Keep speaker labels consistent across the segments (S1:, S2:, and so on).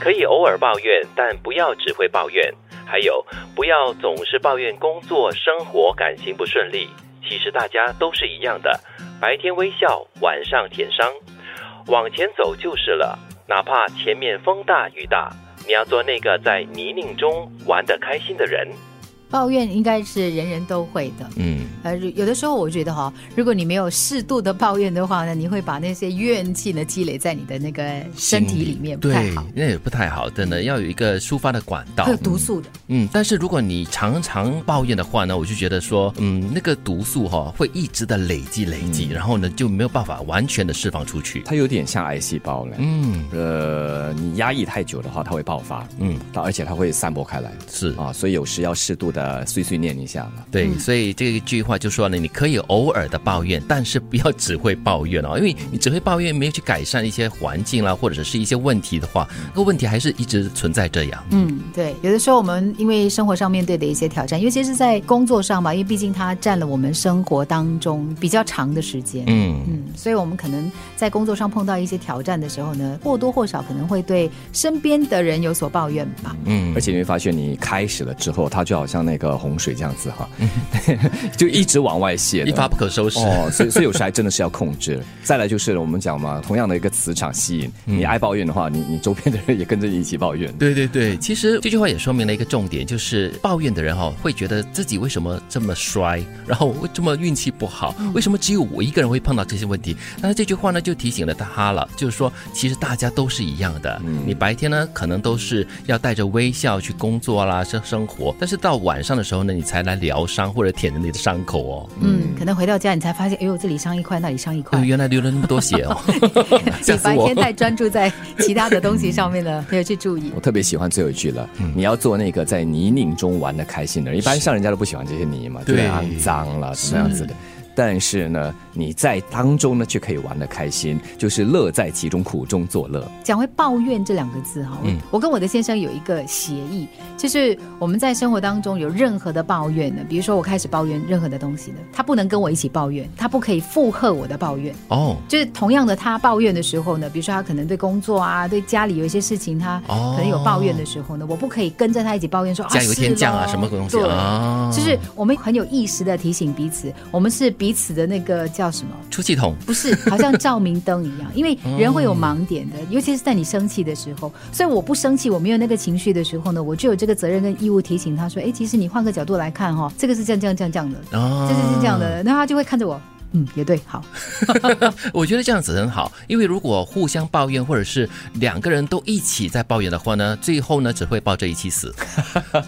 S1: 可以偶尔抱怨，但不要只会抱怨。还有，不要总是抱怨工作、生活、感情不顺利。其实大家都是一样的，白天微笑，晚上舔伤，往前走就是了。哪怕前面风大雨大，你要做那个在泥泞中玩得开心的人。
S2: 抱怨应该是人人都会的。
S3: 嗯，
S2: 呃，有的时候我觉得哈、如果你没有适度的抱怨的话呢，你会把那些怨气呢积累在你的那个身体里面，不
S3: 对
S2: 太好，，嗯
S3: 那也不太好，真的要有一个抒发的管道。
S2: 会有毒素的。
S3: 嗯，但是如果你常常抱怨的话呢，我就觉得说，嗯，那个毒素哈、会一直的累积累
S2: 嗯
S3: 积，然后呢就没有办法完全的释放出去。
S4: 它有点像癌细胞呢。
S3: 嗯
S4: 呃，你压抑太久的话，它会爆发，
S3: 嗯，
S4: 它而且它会散播开来
S3: 是。
S4: 啊，所以有时要适度的碎碎念一下了。
S3: 对，
S2: 嗯
S3: 所以这一句话就说呢，你可以偶尔的抱怨，但是不要只会抱怨哦，因为你只会抱怨，没有去改善一些环境啦，或者是一些问题的话，那个问题还是一直存在这样。
S2: 嗯，对，有的时候我们因为生活上面对的一些挑战，尤其是在工作上嘛，因为毕竟它占了我们生活当中比较长的时间。
S3: 嗯，
S2: 嗯，所以我们可能在工作上碰到一些挑战的时候呢，或多或少可能会对身边的人有所抱怨吧。
S3: 嗯
S4: 而且你会发现，你开始了之后，它就好像那个洪水这样子哈， 就一直往外
S2: 嗯
S4: 泄的，
S3: 嗯一发不可收拾。
S4: 哦，所以所以有时还真的是要控制。 再来就是我们讲嘛，同样的一个磁场吸引，
S3: 嗯
S4: 你爱抱怨的话，你你周边的人也跟着你一起抱怨。
S3: 对对对，嗯其实这句话也说明了一个重点，就是抱怨的人哈、哦，会觉得自己为什么这么衰，然后为这么运气不好，
S2: 嗯
S3: 为什么只有我一个人会碰到这些问题？但是这句话呢，就提醒了他了，就是说，其实大家都是一样的。
S2: 嗯
S3: 你白天呢，可能都是要带着微笑去工作啦，生生活，但是到晚上的时候呢，你才来疗伤或者舔着你的伤口哦。
S2: 嗯，可能回到家你才发现，哎呦，这里伤一块，那里伤一块
S3: 哦，。原来流了那么多血 哦， 吓
S2: 你
S3: 死
S2: 白
S3: 我
S2: 天！太专注在其他的东西上面了，没有去注 意。
S4: 我特别喜欢最后一句了，
S3: 嗯
S4: 你要做那个在泥泞中玩的开心的人。一般像人家都不喜欢这些泥嘛，觉
S3: 对
S4: 得肮脏了什么样子的。但是呢，你在当中呢却可以玩的开心，就是乐在其中，苦中作乐。
S2: 讲回抱怨这两个字哈，
S3: 嗯
S2: 我我跟我的先生有一个协议，就是我们在生活当中有任何的抱怨呢，比如说我开始抱怨任何的东西呢，他不能跟我一起抱怨，他不可以附和我的抱怨。
S3: 哦，
S2: 就是同样的，他抱怨的时候呢，比如说他可能对工作啊、对家里有一些事情，他
S3: 哦
S2: 可能有抱怨的时候呢，我不可以跟着他一起抱怨说
S3: 加油添酱啊，
S2: 是咯
S3: 什么东西
S2: 对
S3: 啊？
S2: 就是我们很有意识的提醒彼此，我们是彼此的那个叫什么？
S3: 出气筒。
S2: 不是，好像照明灯一样，因为人会有盲点的，尤其是在你生气的时候。所以我不生气，我没有那个情绪的时候呢，我就有这个责任跟义务提醒他说：“哎，其实你换个角度来看哈、哦，这个是这样这样这样这样的，
S3: 啊
S2: 这是这样的。”那他就会看着我，嗯，也对，好，
S3: 我觉得这样子很好，因为如果互相抱怨，或者是两个人都一起在抱怨的话呢，最后呢只会抱这一起 死，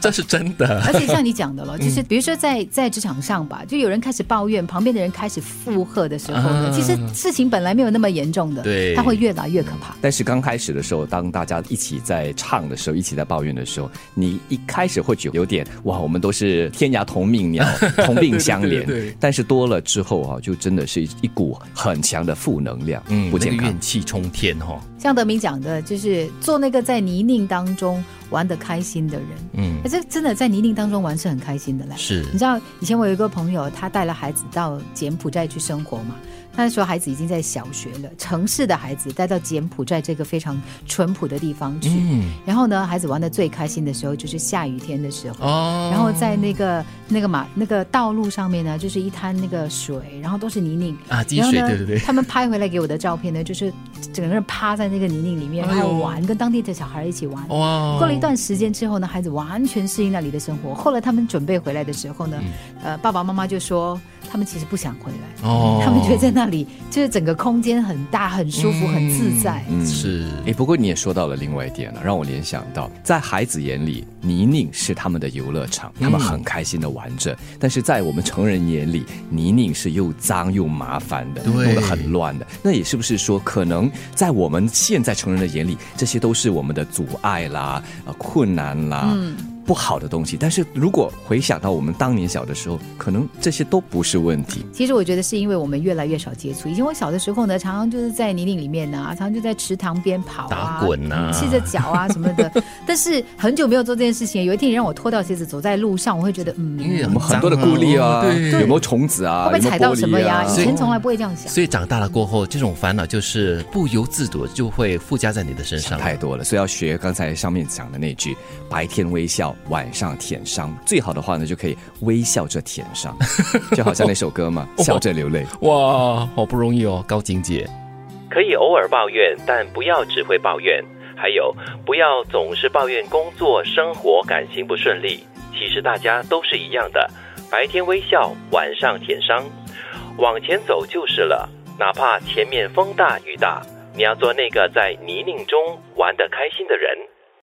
S3: 这是真的。
S2: 而且像你讲的了，就是比如说在在职场上吧，就有人开始抱怨，旁边的人开始附和的时候呢，
S3: 啊
S2: 其实事情本来没有那么严重的，
S3: 对
S2: 它会越来越可怕。
S4: 但是刚开始的时候，当大家一起在唱的时候，一起在抱怨的时候，你一开始会觉得有点哇，我们都是天涯同命 鸟，同病相怜。
S3: 对对对对
S4: 但是多了之后啊，就真的是一一股很强的负能量，
S3: 嗯，
S4: 不
S3: 那个
S4: 健康。
S3: 怨气冲天哦。
S2: 像德明讲的，就是做那个在泥泞当中玩得开心的人，
S3: 嗯
S2: 哎，，这真的在泥泞当中玩是很开心的嘞。
S3: 是
S2: 你知道以前我有一个朋友，他带了孩子到柬埔寨去生活嘛。那时候孩子已经在小学了，城市的孩子带到柬埔寨这个非常淳朴的地方去。
S3: 嗯
S2: 然后呢，孩子玩的最开心的时候就是下雨天的时候。
S3: 哦，
S2: 然后在那个那个马那个道路上面呢，就是一滩那个水，然后都是泥泞
S3: 啊积
S2: 然后
S3: 水
S2: 呢
S3: 对对对
S2: 他们拍回来给我的照片呢，就是整个人趴在那个泥泞里面，
S3: 哎呦哦
S2: 然后玩，跟当地的小孩一起玩。
S3: 哇
S2: 过了一段时间之后呢，孩子完全适应那里的生活。后来他们准备回来的时候呢，
S3: 嗯
S2: 呃，爸爸妈妈就说他们其实不想回来，
S3: 哦
S2: 他们觉得在那里就是整个空间很大、很舒服、很自在。
S3: 是
S4: 哎，不过你也说到了另外一点了，让我联想到，在孩子眼里，泥泞是他们的游乐场，他
S2: 嗯
S4: 们很开心的玩着；但是在我们成人眼里，泥泞是又脏又麻烦的，
S3: 对
S4: 弄得很乱的。那也是不是说，可能在我
S2: 嗯
S4: 们现在成人的眼里，这些都是我们的阻碍啦、呃、困难啦？不好的东西。但是如果回想到我们当年小的时候，可能这些都不是问题。
S2: 其实我觉得是因为我们越来越少接触。以前我小的时候呢，常常就是在泥泞里面啊，常常就在池塘边跑啊
S3: 打、滚啊，
S2: 赤着脚啊什么 的。但是很久没有做这件事情，有一天你让我脱掉鞋子走在路上，我会觉得
S3: 因
S2: 嗯，
S3: 为
S4: 我们很多的顾虑啊，
S3: 很脏啊对
S4: 有没有虫子啊，
S2: 哦会不会踩到什么呀？
S4: 有没有玻璃啊
S2: 以前从来不会这样想。
S3: 所以长大了过后，这种烦恼就是不由自主地就会附加在你的身上。
S4: 太多了，所以要学刚才上面讲的那句“白天微笑，晚上舔伤”。最好的话呢，就可以微笑着舔伤，就好像那首歌嘛，笑着流泪。
S3: 哇，好不容易哦，高境界。
S1: 可以偶尔抱怨，但不要只会抱怨。还有，不要总是抱怨工作、生活、感情不顺利。其实大家都是一样的，白天微笑，晚上舔伤，往前走就是了。哪怕前面风大雨大，你要做那个在泥泞中玩得开心的人。